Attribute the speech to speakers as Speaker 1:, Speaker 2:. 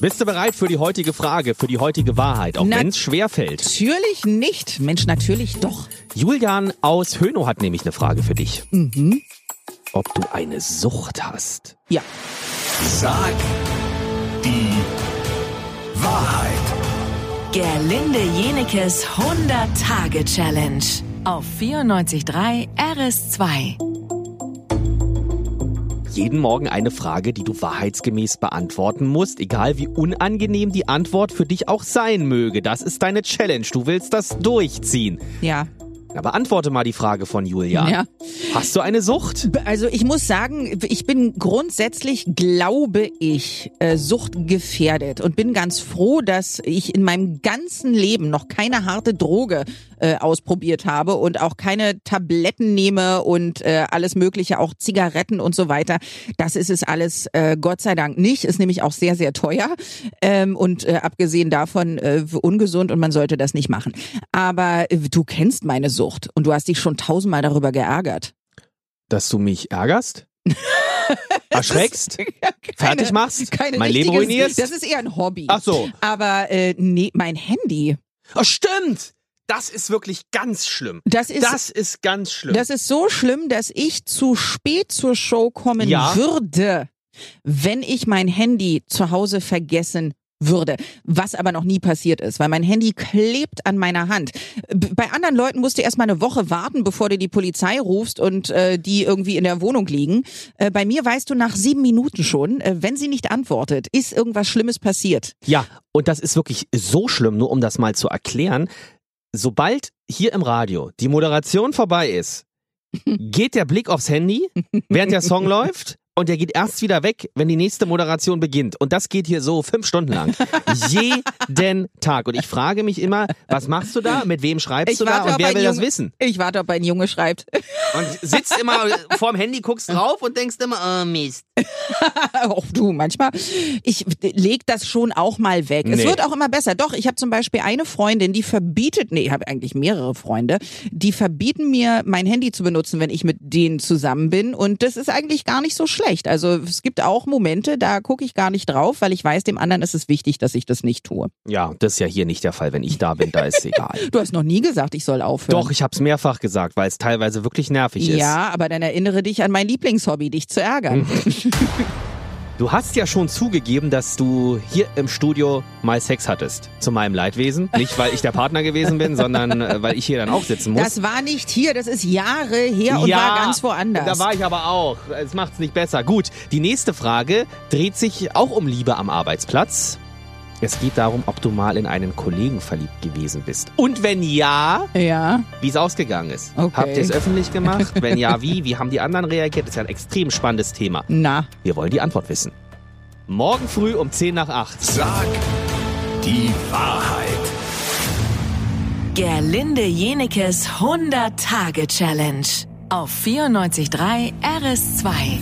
Speaker 1: Bist du bereit für die heutige Frage, für die heutige Wahrheit, auch
Speaker 2: Na-
Speaker 1: wenn es schwerfällt?
Speaker 2: Natürlich nicht. Mensch, natürlich doch.
Speaker 1: Julian aus Hönow hat nämlich eine Frage für dich.
Speaker 2: Mhm.
Speaker 1: Ob du eine Sucht hast?
Speaker 2: Ja.
Speaker 3: Sag die Wahrheit.
Speaker 4: Gerlinde Jenekes 100-Tage-Challenge auf 94.3 RS2.
Speaker 1: Jeden Morgen eine Frage, die du wahrheitsgemäß beantworten musst, egal wie unangenehm die Antwort für dich auch sein möge. Das ist deine Challenge. Du willst das durchziehen.
Speaker 2: Ja.
Speaker 1: Na, beantworte mal die Frage von Julian.
Speaker 2: Ja.
Speaker 1: Hast du eine Sucht?
Speaker 2: B- Also ich muss sagen, ich bin grundsätzlich, glaube ich, äh, suchtgefährdet und bin ganz froh, dass ich in meinem ganzen Leben noch keine harte Droge äh, ausprobiert habe und auch keine Tabletten nehme und äh, alles Mögliche, auch Zigaretten und so weiter. Das ist es alles, äh, Gott sei Dank nicht, ist nämlich auch sehr, sehr teuer ähm, und äh, abgesehen davon äh, ungesund und man sollte das nicht machen. Aber äh, du kennst meine Sucht und du hast dich schon tausendmal darüber geärgert.
Speaker 1: Dass du mich ärgerst? Erschreckst? Fertig machst?
Speaker 2: Keine
Speaker 1: mein Leben
Speaker 2: richtige-
Speaker 1: ruinierst?
Speaker 2: Das ist eher ein Hobby.
Speaker 1: Ach so.
Speaker 2: Aber äh, nee, mein Handy.
Speaker 1: Oh, stimmt! Das ist wirklich ganz schlimm.
Speaker 2: Das ist
Speaker 1: das ist ganz schlimm.
Speaker 2: das ist so schlimm, dass ich zu spät zur Show kommen
Speaker 1: Ja.
Speaker 2: würde, wenn ich mein Handy zu Hause vergessen würde, was aber noch nie passiert ist, weil mein Handy klebt an meiner Hand. B- Bei anderen Leuten musst du erstmal eine Woche warten, bevor du die Polizei rufst und äh, die irgendwie in der Wohnung liegen. Äh, bei mir weißt du nach sieben Minuten schon, äh, wenn sie nicht antwortet, ist irgendwas Schlimmes passiert.
Speaker 1: Ja, und das ist wirklich so schlimm, nur um das mal zu erklären. Sobald hier im Radio die Moderation vorbei ist, geht der Blick aufs Handy, während der Song läuft. Und der geht erst wieder weg, wenn die nächste Moderation beginnt. Und das geht hier so fünf Stunden lang. Jeden Tag. Und ich frage mich immer, was machst du da? Mit wem schreibst
Speaker 2: Ich
Speaker 1: du da?
Speaker 2: warte
Speaker 1: Und
Speaker 2: auf
Speaker 1: wer
Speaker 2: einen
Speaker 1: will das
Speaker 2: Jungen-
Speaker 1: wissen?
Speaker 2: Ich warte, ob ein Junge schreibt.
Speaker 1: Und sitzt immer vorm Handy, guckst drauf und denkst immer, oh Mist.
Speaker 2: auch du manchmal. Ich leg das schon auch mal weg. Es
Speaker 1: Nee.
Speaker 2: wird auch immer besser. Doch, ich habe zum Beispiel eine Freundin, die verbietet, nee, ich habe eigentlich mehrere Freunde, die verbieten mir, mein Handy zu benutzen, wenn ich mit denen zusammen bin. Und das ist eigentlich gar nicht so schlecht. Also es gibt auch Momente, da gucke ich gar nicht drauf, weil ich weiß, dem anderen ist es wichtig, dass ich das nicht tue.
Speaker 1: Ja, das ist ja hier nicht der Fall. Wenn ich da bin, da ist es egal.
Speaker 2: Du hast noch nie gesagt, ich soll aufhören.
Speaker 1: Doch, ich hab's mehrfach gesagt, weil es teilweise wirklich nervig ist.
Speaker 2: Ja, aber dann erinnere dich an mein Lieblingshobby, dich zu ärgern.
Speaker 1: Mhm. Du hast ja schon zugegeben, dass du hier im Studio mal Sex hattest. Zu meinem Leidwesen. Nicht, weil ich der Partner gewesen bin, sondern äh, weil ich hier dann auch sitzen muss.
Speaker 2: Das war nicht hier, das ist Jahre her und war ganz woanders.
Speaker 1: Da war ich aber auch. Es macht's nicht besser. Gut, die nächste Frage dreht sich auch um Liebe am Arbeitsplatz. Es geht darum, ob du mal in einen Kollegen verliebt gewesen bist. Und wenn ja,
Speaker 2: ja.
Speaker 1: wie es ausgegangen ist.
Speaker 2: Okay.
Speaker 1: Habt ihr es öffentlich gemacht? Wenn ja, wie? Wie haben die anderen reagiert? Das ist ja ein extrem spannendes Thema.
Speaker 2: Na,
Speaker 1: Wir wollen die Antwort wissen. Morgen früh um 10 nach 8.
Speaker 3: Sag die Wahrheit.
Speaker 4: Gerlinde Jenekes 100-Tage-Challenge auf 94.3 RS2.